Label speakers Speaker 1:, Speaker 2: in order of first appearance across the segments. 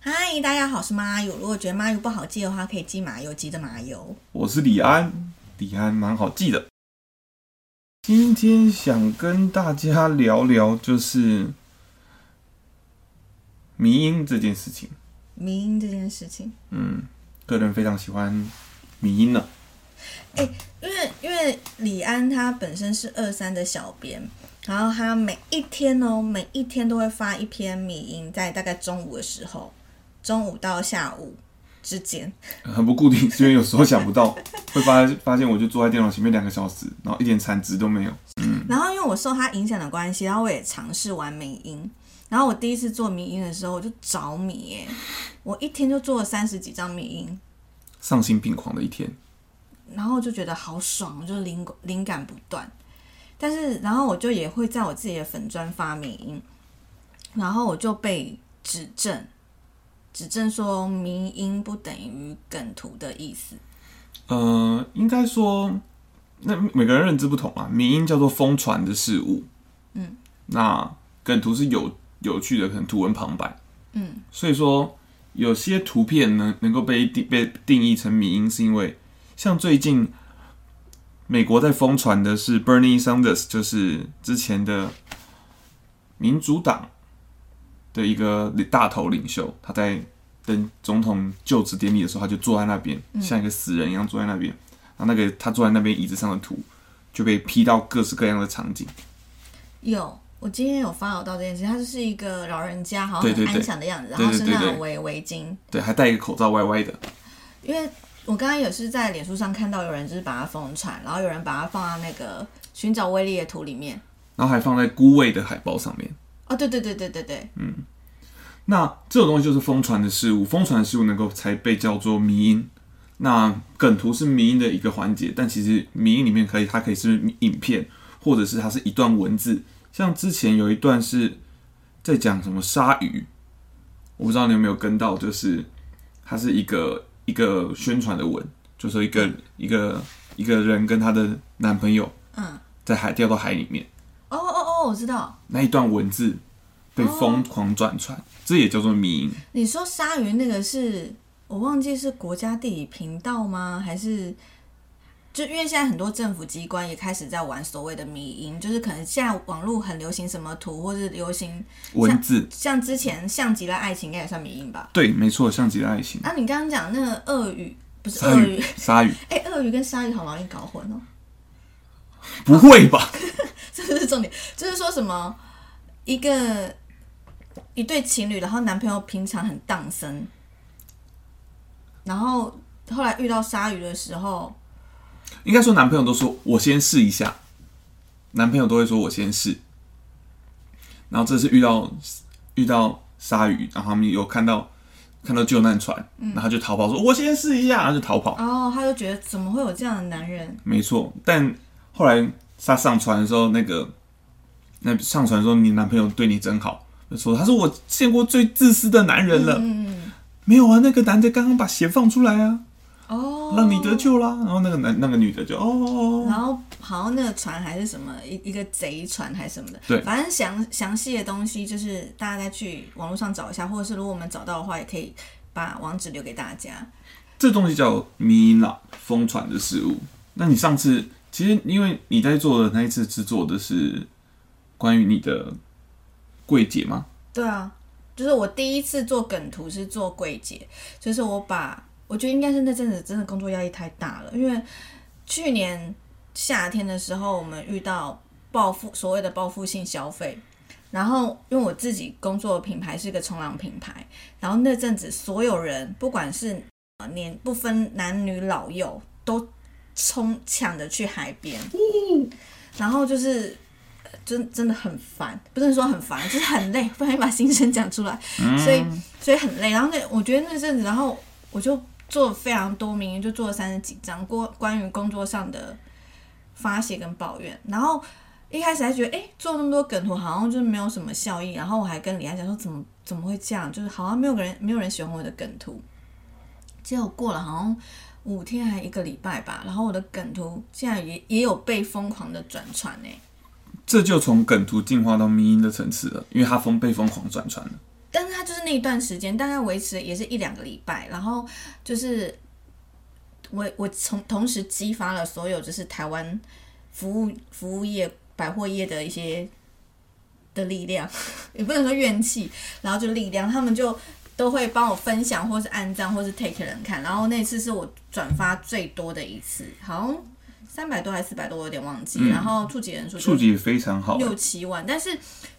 Speaker 1: 嗨，大家好，我是麻油。如果觉得麻油不好记的话，可以记麻油，急着麻油。
Speaker 2: 我是李安，李安蛮好记的。今天想跟大家聊聊，就是迷音这件事情。
Speaker 1: 迷音这件事情，
Speaker 2: 嗯，个人非常喜欢迷音呢、
Speaker 1: 因为因为李安他本身是二三的小编，然后他每一天哦，每一天都会发一篇迷音，在大概中午的时候，中午到下午之间，
Speaker 2: 很不固定，是因为有时候想不到， 会发发现我就坐在电脑前面两个小时，然后一点产值都没有。
Speaker 1: 然后因为我受他影响的关系，然后我也尝试玩迷音。然后我第一次做迷音的时候，我就着迷耶、我一天就做了三十几张迷音，
Speaker 2: 丧心病狂的一天，
Speaker 1: 然后就觉得好爽，就是灵灵感不断。但是，然后我就也会在我自己的粉砖发迷音，然后我就被指正，指正说迷音不等于梗图的意思。
Speaker 2: 呃，应该说，那每个人认知不同啊。迷音叫做疯传的事物，嗯，那梗图是有有趣的，可能图文旁白，嗯，所以说有些图片能能够被定被定义成迷音，是因为像最近美国在疯传的是 Bernie Sanders，就是之前的民主党的一个大头领袖，他在等总统就职典礼的时候，他就坐在那边，像一个死人一样坐在那边。然后那个他坐在那边椅子上的图就被 P 到各式各样的场景。
Speaker 1: 有，我今天有发到这件事，他就是一个老人家，好像
Speaker 2: 对
Speaker 1: 很
Speaker 2: 对
Speaker 1: 安
Speaker 2: 对
Speaker 1: 详的样子，
Speaker 2: 对
Speaker 1: 然后
Speaker 2: 对
Speaker 1: 身
Speaker 2: 对
Speaker 1: 上
Speaker 2: 对
Speaker 1: 有围围巾，
Speaker 2: 对，还戴一个口罩，歪歪的。
Speaker 1: 因为我刚刚也是在脸书上看到有人就是把它疯传，然后有人把它放在那个寻找威力的图里面。
Speaker 2: 然后还放在孤位的海报上面。
Speaker 1: 哦，对对对对对对，
Speaker 2: 那这种东西就是疯传的事物，疯传的事物能够才被叫做迷因。那梗图是迷因的一个环节，但其实迷因里面可以，它可以是影片，或者是它是一段文字。像之前有一段是在讲什么鲨鱼，我不知道你有没有跟到，就是它是一个一个宣传的文，就是一个一个一个人跟她的男朋友，
Speaker 1: 嗯，
Speaker 2: 在海掉到海里面。
Speaker 1: 哦哦哦，我知道。
Speaker 2: 那一段文字被疯狂转传，这也叫做迷因。
Speaker 1: 你说鲨鱼那个是我忘记是国家地理频道吗？还是就因为现在很多政府机关也开始在玩所谓的迷音，就是可能现在网络很流行什么图，或是流行
Speaker 2: 文字
Speaker 1: 像之前像极了爱情，应该也算迷音吧？
Speaker 2: 对，没错，像极了爱情。
Speaker 1: 啊，你刚刚讲那个鳄鱼不是
Speaker 2: 鲨
Speaker 1: 鳄
Speaker 2: 鱼
Speaker 1: 鱼，，
Speaker 2: 鲨鱼，
Speaker 1: 哎、鳄鱼跟鲨鱼好容易搞混哦。
Speaker 2: 不会吧？
Speaker 1: 这是重点，就是说什么一个一对情侣，然后男朋友平常很荡生，然后后来遇到鲨鱼的时候，
Speaker 2: 应该说男朋友都说我先试一下，男朋友都会说我先试。然后这次遇到遇到鲨鱼，然后他们有看到看到救难船，
Speaker 1: 嗯
Speaker 2: 然后他就逃跑，说我先试一下，然后就逃跑。
Speaker 1: 然后他就觉得怎么会有这样的男人？
Speaker 2: 没错，但后来他上船的时候，那个那上船说你男朋友对你真好，就说他是我见过最自私的男人了。
Speaker 1: 嗯，
Speaker 2: 没有啊，那个男的刚刚把血放出来啊，
Speaker 1: 哦，
Speaker 2: 让你得救啦。然后那个男那个女的就哦哦哦，
Speaker 1: 然后好像那个船还是什么一一个贼船还是什么的，
Speaker 2: 对
Speaker 1: 反正详详细的东西就是大家再去网络上找一下，或者是如果我们找到的话，也可以把网址留给大家。
Speaker 2: 这东西叫迷因啦，疯传的事物。那你上次其实因为你在做的那一次制作的是关于你的柜姐吗？
Speaker 1: 对啊，就是我第一次做梗图是做柜姐，就是我把我觉得应该是那阵子真的工作压力太大了，因为去年夏天的时候我们遇到报复所谓的报复性消费。然后，因为我自己工作的品牌是一个冲浪品牌，然后那阵子所有人，不管是呃年不分男女老幼，都冲抢着去海边，然后就是真真的很烦，不是说很烦，就是很累，不小心把心声讲出来，所以所以很累。然后那我觉得那阵子，然后我就做了非常多，明明就做了三十几张关关于工作上的发泄跟抱怨。然后一开始还觉得，哎、做那么多梗图好像就是没有什么效益。然后我还跟李安讲说，怎么怎么会这样？就是好像没有人没有人喜欢我的梗图。结果过了好像五天还一个礼拜吧，然后我的梗图竟然也也有被疯狂的转传欸呢、
Speaker 2: 这就从梗图进化到迷因的层次了，因为它疯被疯狂转传了。
Speaker 1: 但是他就是那一段时间，大概维持了也是一两个礼拜，然后就是我我从同时激发了所有就是台湾服务服务业百货业的一些的力量， 也不能说怨气，然后就力量，他们就都会帮我分享或是按赞或是 take 人看，然后那次是我转发最多的一次，好像三百多还是四百多，我有点忘记，然后触及人数就
Speaker 2: 嗯触及也非常好，
Speaker 1: 六七万，但是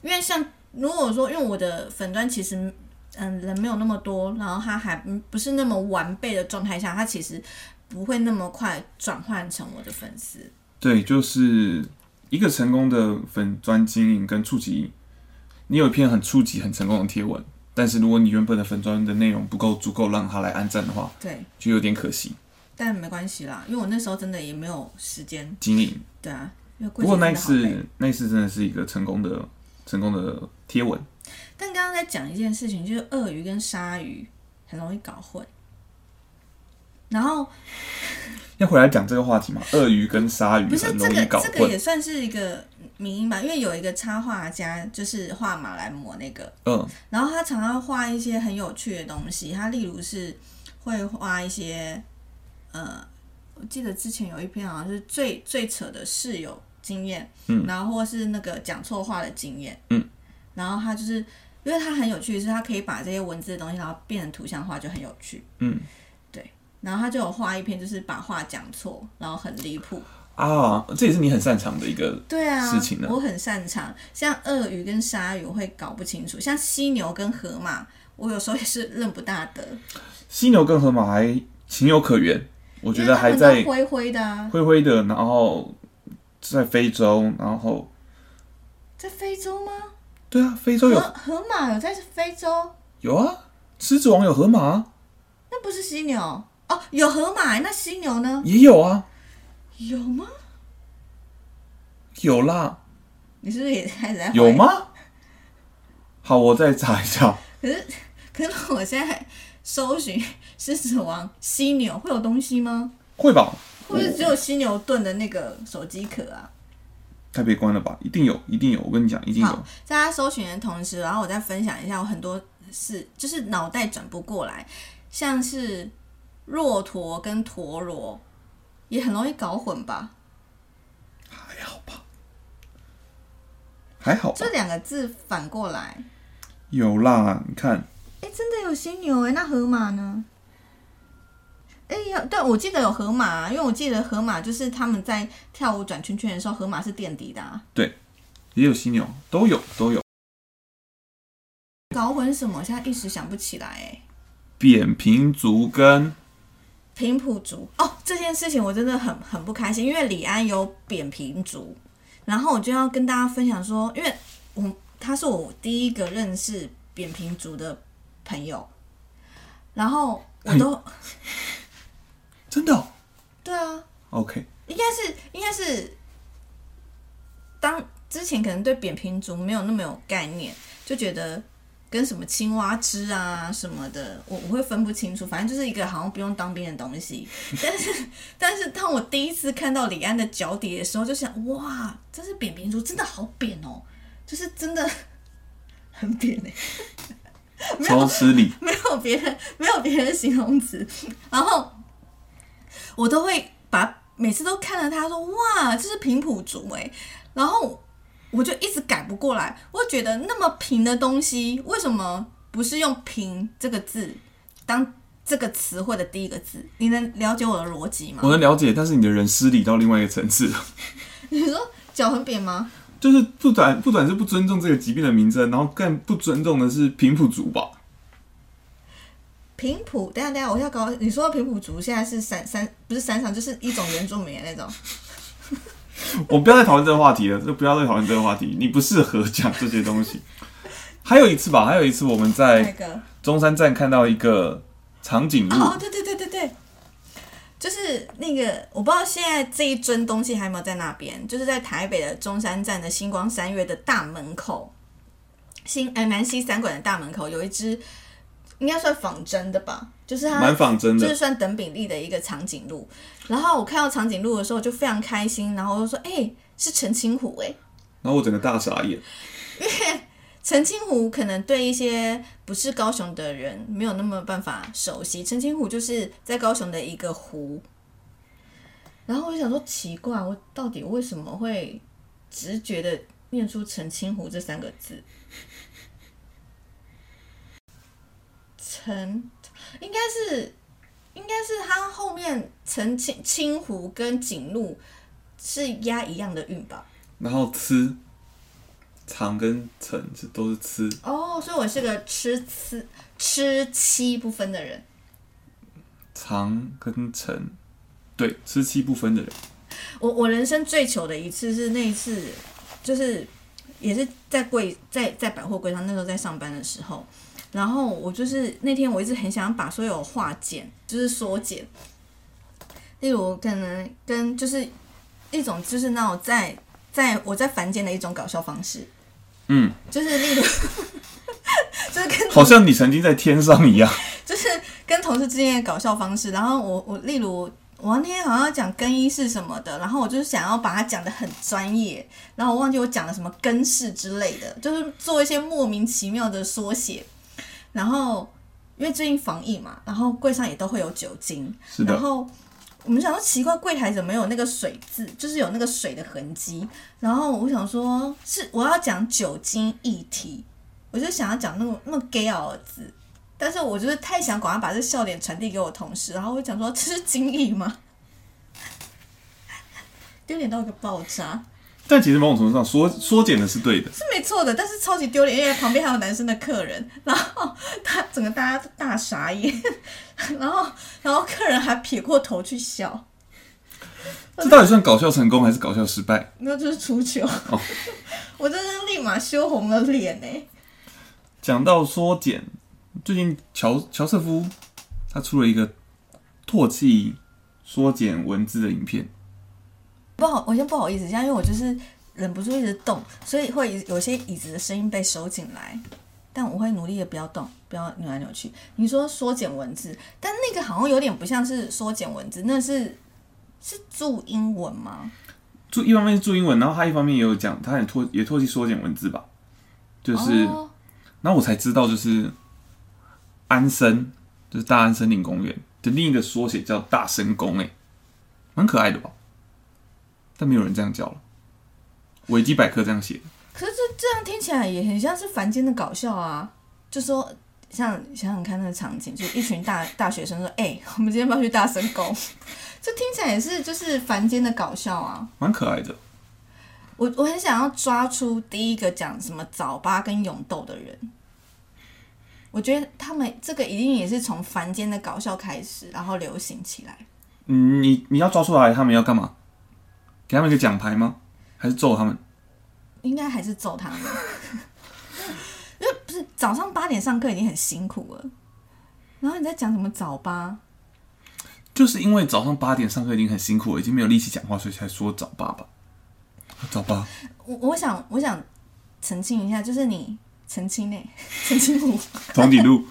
Speaker 1: 因为像如果说，因为我的粉砖其实嗯人没有那么多，然后它还不是那么完备的状态下，它其实不会那么快转换成我的粉丝。
Speaker 2: 对，就是一个成功的粉砖经营跟触及，你有一篇很触及、很成功的贴文，但是如果你原本的粉砖的内容不够足够让他来按赞的话，
Speaker 1: 对，
Speaker 2: 就有点可惜。
Speaker 1: 但没关系啦，因为我那时候真的也没有时间。
Speaker 2: 经营，
Speaker 1: 对啊，因为
Speaker 2: 不
Speaker 1: 贵
Speaker 2: 过
Speaker 1: 姐
Speaker 2: 那
Speaker 1: 真的
Speaker 2: 一
Speaker 1: 好累。
Speaker 2: 次那一次真的是一个成功的成功的贴文，
Speaker 1: 但刚刚在讲一件事情，就是鳄鱼跟鲨鱼很容易搞混。然后
Speaker 2: 要回来讲这个话题嘛？鳄鱼跟鲨鱼
Speaker 1: 不是
Speaker 2: 很
Speaker 1: 这
Speaker 2: 容易
Speaker 1: 个
Speaker 2: 搞
Speaker 1: 这个
Speaker 2: 混，
Speaker 1: 也算是一个名音吧，因为有一个插画家就是画马来模那个，
Speaker 2: 嗯，
Speaker 1: 然后他常常画一些很有趣的东西，他例如是会画一些，呃，我记得之前有一篇好像是最最扯的室友经验，嗯，然后或是那个讲错话的经验，
Speaker 2: 嗯，
Speaker 1: 然后他就是因为他很有趣，是他可以把这些文字的东西，然后变成图像化，就很有趣，
Speaker 2: 嗯，
Speaker 1: 对，然后他就有画一篇，就是把话讲错，然后很离谱，
Speaker 2: 啊，这也是你很擅长的一个
Speaker 1: 对啊，
Speaker 2: 事情呢
Speaker 1: 我很擅长，像鳄鱼跟鲨鱼我会搞不清楚，像犀牛跟河马，我有时候也是认不大得。
Speaker 2: 犀牛跟河马还情有可原，我
Speaker 1: 我
Speaker 2: 觉得还在
Speaker 1: 灰灰的啊，
Speaker 2: 灰灰的，然后在非洲，然后
Speaker 1: 在非洲吗？
Speaker 2: 对啊，非洲
Speaker 1: 河
Speaker 2: 有
Speaker 1: 河马有在非洲？
Speaker 2: 有啊，狮子王有河马啊
Speaker 1: 那不是犀牛哦，有河马，那犀牛呢？
Speaker 2: 也有啊，
Speaker 1: 有吗？
Speaker 2: 有啦，
Speaker 1: 你是不是也开始在怀疑
Speaker 2: 有？吗？好，我再查一下，
Speaker 1: 可是可是我现在搜寻狮子王犀牛会有东西吗？
Speaker 2: 会吧？
Speaker 1: 会不会只有犀牛盾的那个手机壳啊？
Speaker 2: 太悲观了吧？一定有，一定有，我跟你讲，一定有
Speaker 1: 好。，在他搜寻的同时，然后我再分享一下，我很多事就是脑袋转不过来，像是骆驼跟陀螺也很容易搞混吧？
Speaker 2: 还好吧？还好吧
Speaker 1: 这？两个字反过来，
Speaker 2: 有啦，你看，
Speaker 1: 哎，真的有犀牛哎，那河马呢？哎呀，对，我记得有河马、啊因为我记得河马就是他们在跳舞转圈圈的时候，河马是垫底的、啊。
Speaker 2: 也有犀牛，都有，都有。
Speaker 1: 搞混什么？现在一时想不起来哎。
Speaker 2: 扁平足跟
Speaker 1: 平埔族哦，这件事情我真的很很不开心，因为李安有扁平足，然后我就要跟大家分享说，因为我他是我第一个认识扁平足的朋友，然后我都
Speaker 2: 真的哦、
Speaker 1: 对啊，
Speaker 2: OK，
Speaker 1: 应该是应该是当之前可能对扁平足没有那么有概念，就觉得跟什么青蛙汁啊什么的，我我会分不清楚，反正就是一个好像不用当兵的东西。 但是但是当我第一次看到李安的脚底的时候，就想哇，这是扁平足，真的好扁哦，就是真的 很扁哎、
Speaker 2: 超失礼。
Speaker 1: 没有别人没有别人形容词，然后我都会把每次都看着他说哇，这是平埔族哎、然后我就一直改不过来，我觉得那么平的东西为什么不是用平这个字当这个词汇的第一个字？你能了解我的逻辑吗
Speaker 2: 我？能了解，但是你的人失礼到另外一个层次了，
Speaker 1: 你说脚很扁吗？
Speaker 2: 就是不短不短是不尊重这个疾病的名称，然后更不尊重的是平埔族吧？
Speaker 1: 平埔，等一下等一下，我要搞你说平埔族现在是山山不是山上，就是一种原住民的那种。
Speaker 2: 我们不要再讨论这个话题了，就不要再讨论这个话题，你不适合讲这些东西。还有一次吧，还有一次我们
Speaker 1: 那
Speaker 2: 在
Speaker 1: 个
Speaker 2: 中山站看到一个长颈鹿，
Speaker 1: 哦，对对对对对，就是那个，我不知道现在这一尊东西还有没有在那边，就是在台北的中山站的星光三月的大门口，新呃南西三馆的大门口有一只，应该算仿真的吧，就是它
Speaker 2: 蛮仿真
Speaker 1: 就是
Speaker 2: 的，
Speaker 1: 算等比例的一个长颈鹿。然后我看到长颈鹿的时候，我就非常开心，然后我就说：“哎、是陈清虎哎、
Speaker 2: 然后我整个大傻眼。
Speaker 1: 澄清湖可能对一些不是高雄的人没有那么办法熟悉，澄清湖就是在高雄的一个湖。然后我就想说，奇怪，我到底为什么会直觉的念出澄清湖这三个字？澄应该是应该是它后面澄清清湖跟景路是押一样的韵吧？
Speaker 2: 然后吃，长跟橙是都是吃，
Speaker 1: 哦，所以我是个吃吃吃七不分的人。
Speaker 2: 长跟橙，对，吃七不分的人。
Speaker 1: 我我人生最糗的一次是那一次，就是也是在柜在在百货柜上，那时候在上班的时候，然后我就是那天我一直很想把所有话简，就是缩减，例如我可能跟就是一种就是那种在在我在凡间的一种搞笑方式，
Speaker 2: 嗯，
Speaker 1: 就是例如 就是跟
Speaker 2: 好像你曾经在天上一样。
Speaker 1: 就是跟同事之间的搞笑方式。然后我我例如我那天好像要讲更衣室什么的，然后我就是想要把它讲的很专业，然后我忘记我讲了什么更室之类的，就是做一些莫名其妙的缩写。然后因为最近防疫嘛，然后柜上也都会有酒精，
Speaker 2: 是的
Speaker 1: 然后。我们想说奇怪，柜台怎么有那个水渍，就是有那个水的痕迹。然后我想说，是我要讲酒精议题，我就想要讲那种那么 gay 的字，但是我就是太想赶快把这笑脸传递给我同事，然后我就讲说这是精益吗？ 丢脸到一个爆炸，
Speaker 2: 但其实某种程度上缩缩减的是对的，
Speaker 1: 是没错的，但是超级丢脸，因为旁边还有男生的客人，然后他整个大家都大傻眼， 然后然后客人还撇过头去笑，嗯
Speaker 2: 这到底算搞笑成功还是搞笑失败？
Speaker 1: 那就是出糗，
Speaker 2: 哦
Speaker 1: 我真是立马羞红了脸哎、
Speaker 2: 讲到缩减，最近乔乔瑟夫他出了一个唾弃缩减文字的影片，
Speaker 1: 不好，我先不好意思，这样因为我就是忍不住一直动，所以会有些椅子的声音被收进来。但我会努力的不要动，不要扭来扭去。你说缩减文字，但那个好像有点不像是缩减文字，那是是注英文吗？
Speaker 2: 注一方面是注英文，然后他一方面也有讲，他也唾也唾弃缩减文字吧，就是，
Speaker 1: 哦、
Speaker 2: 然后我才知道就是安森，就是大安森林公园的另一个缩写叫大森宫，哎，蛮可爱的吧？但没有人这样叫了，维基百科这样写。
Speaker 1: 可是这这样听起来也很像是凡间的搞笑啊！就说像想想看那个场景，就一群大 大学生说：“哎、我们今天要不要去大神宫？” 这听起来也是就是凡间的搞笑啊！
Speaker 2: 蛮可爱的。
Speaker 1: 我我很想要抓出第一个讲什么早八跟勇斗的人，我觉得他们这个一定也是从凡间的搞笑开始，然后流行起来。
Speaker 2: 嗯，你你要抓出来，他们要干嘛？给他们一个奖牌吗？还是揍他们？
Speaker 1: 应该还是揍他们， 因为不是早上八点上课已经很辛苦了，然后你在讲什么早八？
Speaker 2: 就是因为早上八点上课已经很辛苦了，已经没有力气讲话，所以才说早八 吧。早八，
Speaker 1: 我我想我想澄清一下，就是你澄清呢、 澄清我。
Speaker 2: 同底路。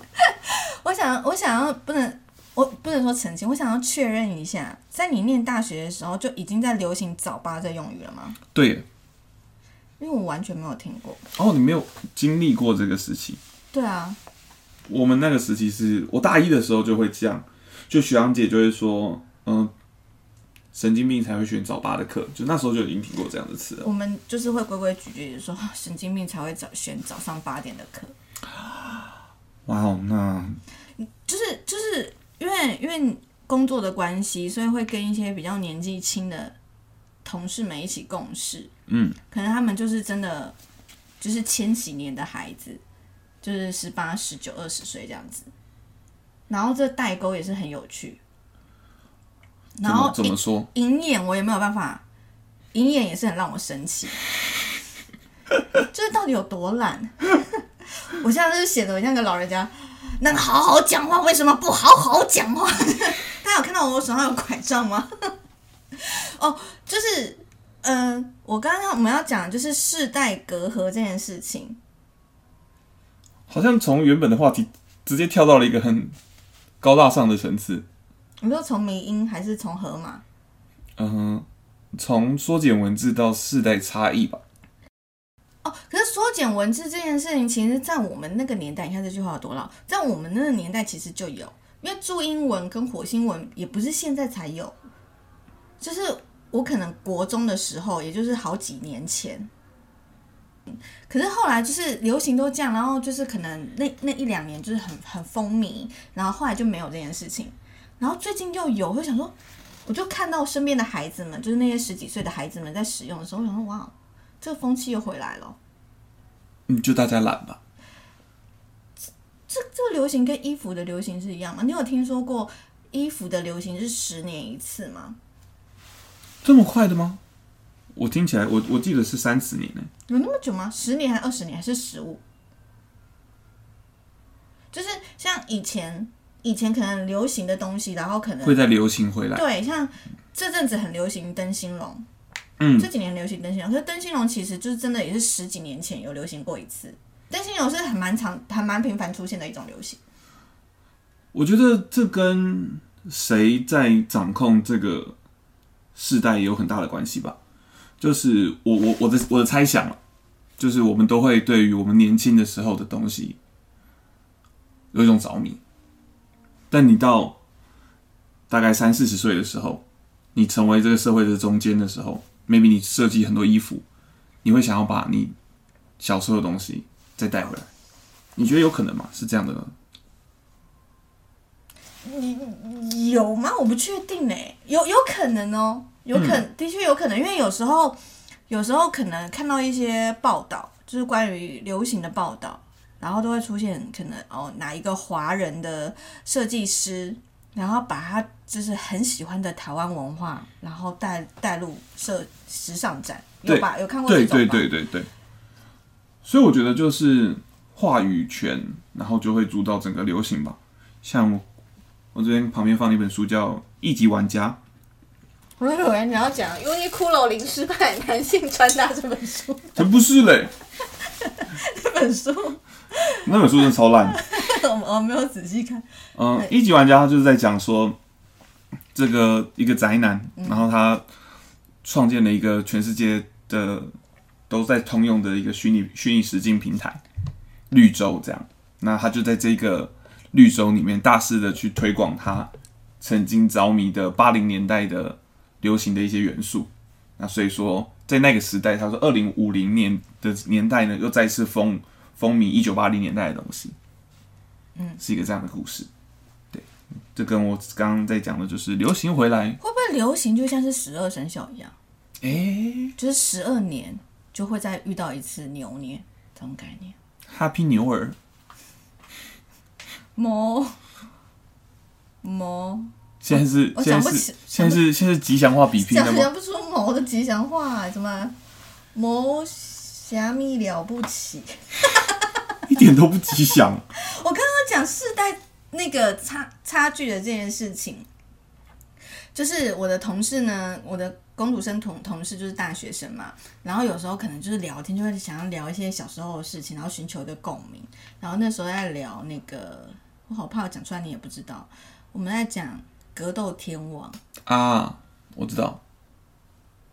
Speaker 1: 我想，我想要不能，我不能说澄清，我想要确认一下，在你念大学的时候就已经在流行“早八”这用语了吗？
Speaker 2: 对耶，
Speaker 1: 因为我完全没有听过。
Speaker 2: 哦，你没有经历过这个时期。
Speaker 1: 对啊，
Speaker 2: 我们那个时期是我大一的时候就会这样，就学长姐就会说，嗯，神经病才会选早八的课，就那时候就已经听过这样的词了。
Speaker 1: 我们就是会规规矩矩的说， 神经病才会早选早上八点的课，
Speaker 2: 哇哦，那
Speaker 1: 就是就是因为因为工作的关系，所以会跟一些比较年纪轻的同事们一起共事。
Speaker 2: 嗯，
Speaker 1: 可能他们就是真的就是千禧年的孩子，就是十八、十九、二十岁这样子。然后这代沟也是很有趣。
Speaker 2: 怎
Speaker 1: 然
Speaker 2: 么
Speaker 1: 后
Speaker 2: 怎么说？
Speaker 1: 银眼我也没有办法，银眼也是很让我生气， 就是到底有多懒？ 我现在就是显得我像个老人家，能好好讲话，为什么不好好讲话？ 大家有看到我手上有拐杖吗？ 哦，就是，嗯、我刚刚我们要讲的就是世代隔阂这件事情，
Speaker 2: 好像从原本的话题直接跳到了一个很高大上的层次。
Speaker 1: 你说从迷音还是从河马？
Speaker 2: 嗯哼，从缩减文字到世代差异吧。
Speaker 1: 哦，可是缩减文字这件事情，其实，在我们那个年代，你看这句话有多老，在我们那个年代其实就有，因为注音文跟火星文也不是现在才有，就是我可能国中的时候，也就是好几年前。嗯可是后来就是流行都这样，然后就是可能那那一两年就是很很风靡，然后后来就没有这件事情，然后最近又有，我就想说，我就看到身边的孩子们，就是那些十几岁的孩子们在使用的时候，我想说哇，这个风气又回来了。
Speaker 2: 嗯，就大家懒吧。
Speaker 1: 这这个流行跟衣服的流行是一样吗？你有听说过衣服的流行是十年一次吗？
Speaker 2: 这么快的吗？我听起来，我我记得是三十年呢、
Speaker 1: 有那么久吗？十年还二十年还是十五？就是像以前以前可能流行的东西，然后可能
Speaker 2: 会再流行回来。
Speaker 1: 对，像这阵子很流行灯芯龙，
Speaker 2: 嗯
Speaker 1: 这几年流行灯芯龙，可是灯芯龙其实就是真的也是十几年前有流行过一次，灯芯龙是很蛮常、还蛮频繁出现的一种流行。
Speaker 2: 我觉得这跟谁在掌控这个世代也有很大的关系吧。就是我我我的我的猜想啊就是我们都会对于我们年轻的时候的东西有一种着迷，但你到大概三四十岁的时候，你成为这个社会的中间的时候，maybe 你设计很多衣服，你会想要把你小时候的东西再带回来，你觉得有可能吗？是这样的
Speaker 1: 有吗？我不确定哎、有有可能哦、有可、的确有可能，因为有时候有时候可能看到一些报道，就是关于流行的报道，然后都会出现可能哦哪一个华人的设计师，然后把他就是很喜欢的台湾文化，然后带带入设时尚展，有
Speaker 2: 对
Speaker 1: 吧？有看过
Speaker 2: 对
Speaker 1: 这种
Speaker 2: 对
Speaker 1: 吗？
Speaker 2: 对对对。所以我觉得就是话语权，然后就会主导整个流行吧。像我我这边旁边放了一本书叫《一级玩家
Speaker 1: 我以为你要讲《Uniqlo 零失败男性穿搭》这本书，》，
Speaker 2: 才不是嘞，
Speaker 1: 这本书
Speaker 2: 那本书真的超烂。
Speaker 1: 我我没有仔细看，
Speaker 2: 嗯，《一级玩家》他就是在讲说，这个一个宅男，然后他创建了一个全世界的都在通用的一个虚拟虚拟实境平台，绿洲这样。那他就在这个绿洲里面大肆的去推广他曾经着迷的八零年代的流行的一些元素。那所以说，在那个时代，他说二零五零年的年代呢，又再次风风靡一九八零年代的东西。嗯，是一个这样的故事。对，这跟我刚刚在讲的就是流行回来，
Speaker 1: 会不会流行就像是十二生肖一样？
Speaker 2: 哎、
Speaker 1: 就是十二年就会再遇到一次牛年这种概念。
Speaker 2: h a p p y 牛耳，
Speaker 1: 某某
Speaker 2: 现在是
Speaker 1: 我
Speaker 2: 现
Speaker 1: 哦讲
Speaker 2: 在
Speaker 1: 不
Speaker 2: 是
Speaker 1: 起
Speaker 2: 现在是现在是吉祥话比拼
Speaker 1: 讲
Speaker 2: 的吗？
Speaker 1: 讲不出某的吉祥话、怎么某虾米了不起？
Speaker 2: 一点都不吉祥。
Speaker 1: 我刚刚讲世代那个差差距的这件事情，就是我的同事呢，我的工读生同同事就是大学生嘛，然后有时候可能就是聊天，就会想要聊一些小时候的事情，然后寻求一个共鸣。然后那时候在聊那个，我好怕我讲出来你也不知道，我们在讲格斗天王，
Speaker 2: 啊，我知道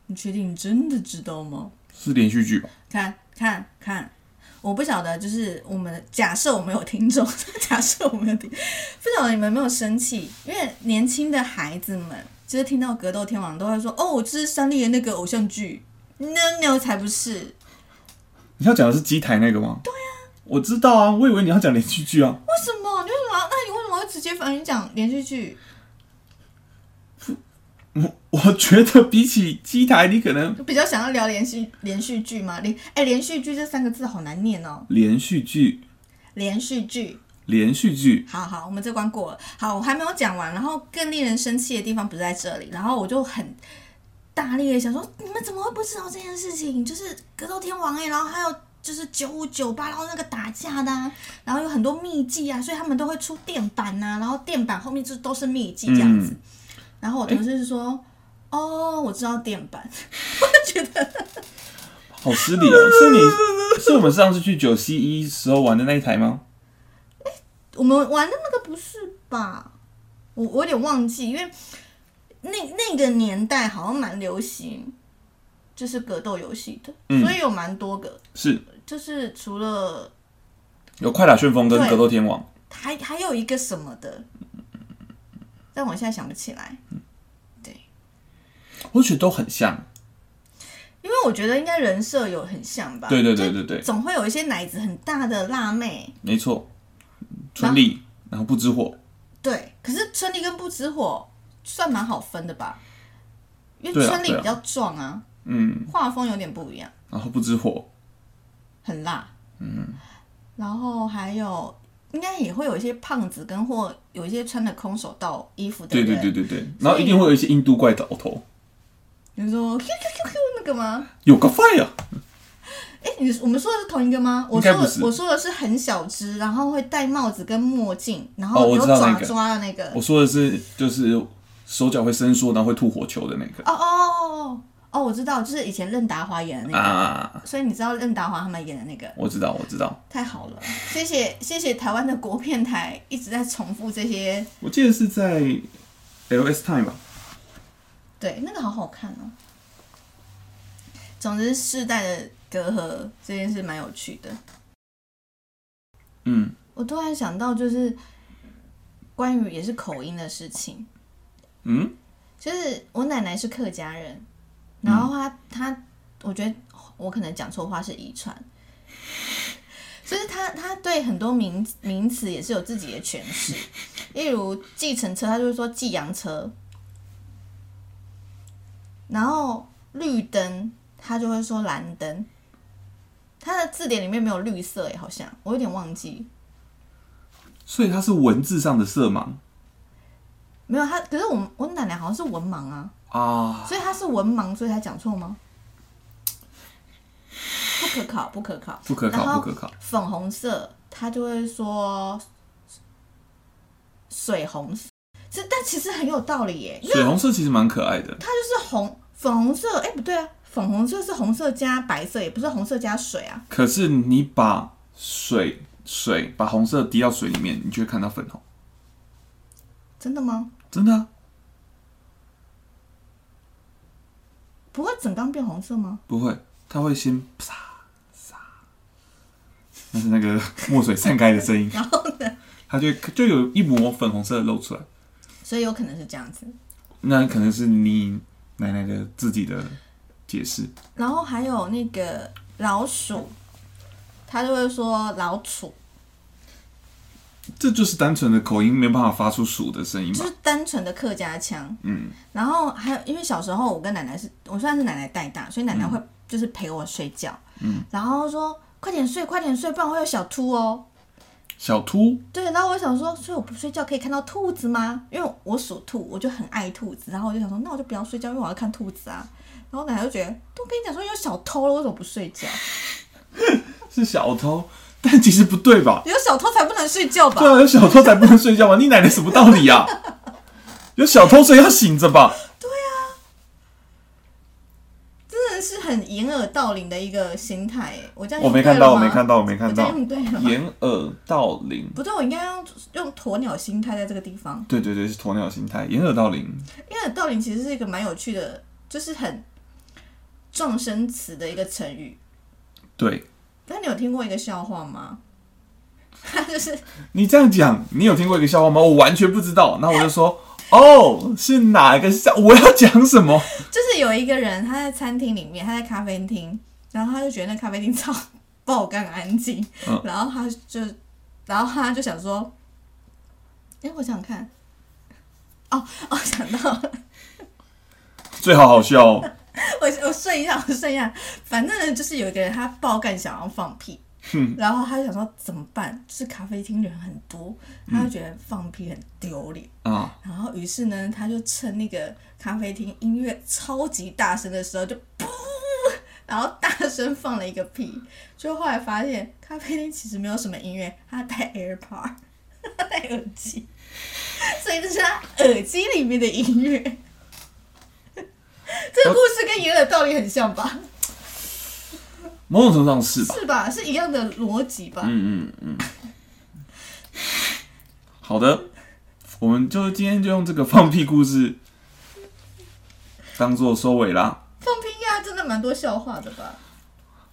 Speaker 1: 你确定你真的知道吗？
Speaker 2: 是连续剧吧？
Speaker 1: 看看看，我不晓得，就是我们假设我们有听众， 假设我们有听，不晓得你们有没有生气，因为年轻的孩子们就是听到格斗天王都会说，哦，这是三立的那个偶像剧。No No 才不是，
Speaker 2: 你要讲的是机台那个吗？对啊，我知道啊，我以为你要讲连续剧啊。
Speaker 1: 为什么？你为什么要？那你为什么会直接反应讲连续剧？
Speaker 2: 我我觉得比起机台，你可能
Speaker 1: 就比较想要聊连续连续剧吗？连哎、连续剧这三个字好难念哦，
Speaker 2: 连续剧
Speaker 1: 连续剧。
Speaker 2: 连续剧
Speaker 1: 好好，我们这关过了。好，我还没有讲完。然后更令人生气的地方不是在这里，然后我就很大力的想说，你们怎么会不知道这件事情？就是格斗天王哎、然后还有就是九五九八，然后那个打架的、啊，然后有很多秘技啊，所以他们都会出电板啊呐、然后电板后面就都是秘技这样子。
Speaker 2: 嗯
Speaker 1: 然后我同事就说。哦，我知道电板，
Speaker 2: 好失 礼哦，是你是我们上次去九西一时候玩的那一台吗？
Speaker 1: 我们玩的那个不是吧？我我有点忘记，因为那那个年代好像蛮流行，就是格斗游戏的，
Speaker 2: 嗯
Speaker 1: 所以有蛮多个，
Speaker 2: 是
Speaker 1: 就是除了
Speaker 2: 有快打旋风跟
Speaker 1: 对
Speaker 2: 格斗天王，
Speaker 1: 还还有一个什么的，但我现在想不起来，
Speaker 2: 我觉得都很像。
Speaker 1: 因为我觉得应该人设有很像吧，
Speaker 2: 对对对
Speaker 1: 就
Speaker 2: 对对，
Speaker 1: 总会有一些奶子很大的辣妹，
Speaker 2: 没错，春丽，然后不知火，
Speaker 1: 对，可是春丽跟不知火算蛮好分的吧，因
Speaker 2: 对
Speaker 1: 为
Speaker 2: 啊
Speaker 1: 春丽
Speaker 2: 对啊
Speaker 1: 比较壮啊，
Speaker 2: 嗯，
Speaker 1: 画风有点不一样。
Speaker 2: 然后不知火，
Speaker 1: 很辣，嗯，然后还有应该也会有一些胖子跟或有一些穿的空手道衣服的
Speaker 2: 对
Speaker 1: 人，
Speaker 2: 对对对对，然后一定会有一些印度怪倒头，
Speaker 1: 比如说 Q Q Q Q 那个吗？
Speaker 2: 有个 fire，
Speaker 1: 哎，你我们说的是同一个吗？我
Speaker 2: 应该
Speaker 1: 说
Speaker 2: 不
Speaker 1: 的
Speaker 2: 是
Speaker 1: 我说的是很小只，然后会戴帽子跟墨镜，然
Speaker 2: 哦
Speaker 1: 后
Speaker 2: 我
Speaker 1: 有
Speaker 2: 知道那
Speaker 1: 爪
Speaker 2: 个
Speaker 1: 抓的那个，
Speaker 2: 我说的是就是手脚会伸缩，然后会吐火球的那个
Speaker 1: 哦哦哦哦哦哦，我知道，就是以前任达华演的那个，
Speaker 2: 啊，
Speaker 1: 所以你知道任达华他们演的那个。
Speaker 2: 我知道我知道，
Speaker 1: 太好了，谢谢谢谢台湾的国片台一直在重复这些，
Speaker 2: 我记得是在 LS Time 吧，
Speaker 1: 对，那个好好看哦。总之，世代的隔阂这件事蛮有趣的。
Speaker 2: 嗯，
Speaker 1: 我突然想到，就是关于也是口音的事情，
Speaker 2: 嗯，
Speaker 1: 就是我奶奶是客家人，然后她、她，我觉得我可能讲错话是遗传， 就是她她对很多名名词也是有自己的诠释，例如计程车，她就会说计洋车，然后绿灯，她就会说蓝灯。她的字典里面没有绿色诶，好像我有点忘记。
Speaker 2: 所以它是文字上的色盲
Speaker 1: 没有她，可是我我奶奶好像是文盲啊，
Speaker 2: 啊，
Speaker 1: 所以他是文盲，所以他讲错吗？不可靠，不可靠，
Speaker 2: 不可
Speaker 1: 然
Speaker 2: 靠
Speaker 1: 后
Speaker 2: 不可靠，
Speaker 1: 粉红色，他就会说水红色，这但其实很有道理耶，因为
Speaker 2: 水红色其实蛮可爱的，
Speaker 1: 它就是红粉红色，哎、不对啊，粉红色是红色加白色，也不是红色加水啊，
Speaker 2: 可是你把水水把红色滴到水里面，你就会看到粉红，
Speaker 1: 真的吗？
Speaker 2: 真的、啊、
Speaker 1: 不会整缸变红色吗？
Speaker 2: 不会，它会先啪撒，那是那个 墨水散开的声音，
Speaker 1: 然后呢？
Speaker 2: 它就会就有一抹粉红色的露出来，
Speaker 1: 所以有可能是这样子。
Speaker 2: 那可能是你奶奶的自己的解释，
Speaker 1: 然后还有那个老鼠，他就会说老鼠，
Speaker 2: 这就是单纯的口音，没办法发出鼠的声音
Speaker 1: 就
Speaker 2: 吧？
Speaker 1: 是单纯的客家腔。
Speaker 2: 嗯，
Speaker 1: 然后还有，因为小时候我跟奶奶是，我虽然是奶奶带大，所以奶奶
Speaker 2: 嗯
Speaker 1: 会就是陪我睡觉，嗯，然后说快点睡，快点睡，不然会有小秃哦。
Speaker 2: 小秃
Speaker 1: 对，然后我想说，所以我不睡觉可以看到兔子吗？因为我属兔，我就很爱兔子，然后我就想说，那我就不要睡觉，因为我要看兔子啊。然后奶奶就觉得，都跟你讲说有小偷了，为什么不睡觉？
Speaker 2: 是小偷，但其实不对吧？
Speaker 1: 有小偷才不能睡觉吧
Speaker 2: 对？啊，有小偷才不能睡觉吧？你奶奶什么道理啊？有小偷所以要醒着吧？
Speaker 1: 真的是很掩耳盗铃的一个心态耶。我这样
Speaker 2: 我没看到，我没看
Speaker 1: 到，
Speaker 2: 到，我没看
Speaker 1: 我这样
Speaker 2: 到。
Speaker 1: 用对了吗？
Speaker 2: 掩耳盗铃，
Speaker 1: 不对，我应该用用鸵鸟心态在这个地方。
Speaker 2: 对对对，是鸵鸟心态。掩耳盗铃，
Speaker 1: 因为道理其实是一个蛮有趣的，就是很撞声词的一个成语。
Speaker 2: 对
Speaker 1: 但你有听过一个笑话吗？他就是
Speaker 2: 你这样讲，你有听过一个笑话吗？我完全不知道。那我就说，哦，是哪一个笑？我要讲什么？
Speaker 1: 就是有一个人他在餐厅里面，他在咖啡厅，然后他就觉得那咖啡厅超爆干安静，
Speaker 2: 嗯
Speaker 1: 然后他就然后他就想说，哎，我想看，哦哦，想到了，
Speaker 2: 最好好笑、哦。
Speaker 1: 我 我睡一下，我睡一下。反正呢，就是有一个人他爆干想要放屁，然后他就想说怎么办？就是咖啡厅人很多，他就觉得放屁很丢脸。
Speaker 2: 啊、
Speaker 1: 然后于是呢，他就趁那个咖啡厅音乐超级大声的时候，就噗，然后大声放了一个屁。就后来发现咖啡厅其实没有什么音乐，他戴 AirPod，他戴耳机，所以这是他耳机里面的音乐。这个故事跟掩耳道理很像吧？
Speaker 2: 某种程度上是吧？
Speaker 1: 是吧？是一样的逻辑吧？
Speaker 2: 嗯嗯嗯。嗯好的，我们就今天就用这个放屁故事当做收尾啦。
Speaker 1: 放屁呀、真的蛮多笑话的吧？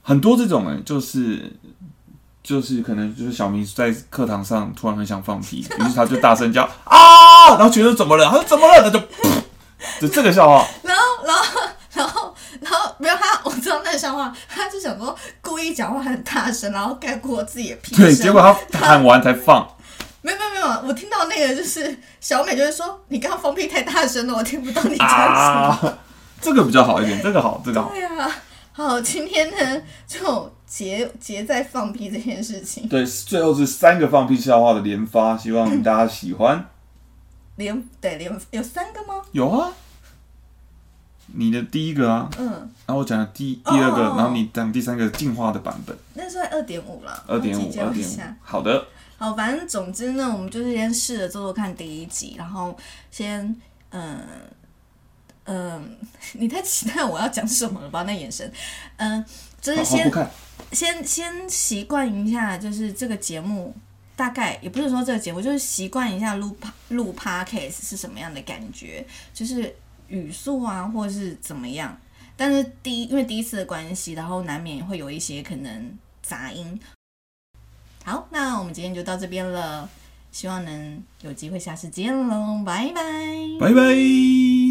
Speaker 2: 很多这种哎、就是就是可能就是小明在课堂上突然很想放 屁，于是他就大声叫啊，然后学生怎么了？他说怎么了？他就 就这个 笑话，
Speaker 1: 然后，然后，然后，然后没有他，我知道那个笑话，他就想说故意讲话很大声，然后盖过自己的屁声。
Speaker 2: 对，结果他喊完才放，
Speaker 1: 没有没有没有，我听到那个就是小美就会说你刚刚放屁太大声了，我听不到 你讲什么。
Speaker 2: 啊， 这个比较好一点，这个好，这个好。
Speaker 1: 对啊，好，今天呢就结结在放屁这件事情，
Speaker 2: 对，最后是三个放屁笑话的连发，希望大家喜欢。
Speaker 1: 连对连有三个吗？
Speaker 2: 有啊，你的第一个啊，
Speaker 1: 嗯，
Speaker 2: 然后我讲的第第二个
Speaker 1: 哦
Speaker 2: 然后你讲第三个进化的版本，
Speaker 1: 那算二点五了，
Speaker 2: 二点
Speaker 1: 我
Speaker 2: 五
Speaker 1: 自己，
Speaker 2: 二
Speaker 1: 教一
Speaker 2: 点
Speaker 1: 下
Speaker 2: 五，好的，
Speaker 1: 好，反正总之呢，我们就是先试着做做看第一集，然后先嗯嗯、 你太期待我要讲什么了吧？那眼神，嗯、就是
Speaker 2: 好好不
Speaker 1: 先
Speaker 2: 看，
Speaker 1: 先先习惯一下，就是这个节目。大概也不是说这个节目，就是习惯一下录 pa- 录 podcast 是什么样的感觉，就是语速啊，或是怎么样。但是第一，因为第一次的关系，然后难免会有一些可能杂音。好，那我们今天就到这边了，希望能有机会下次见喽，拜拜。
Speaker 2: 拜拜。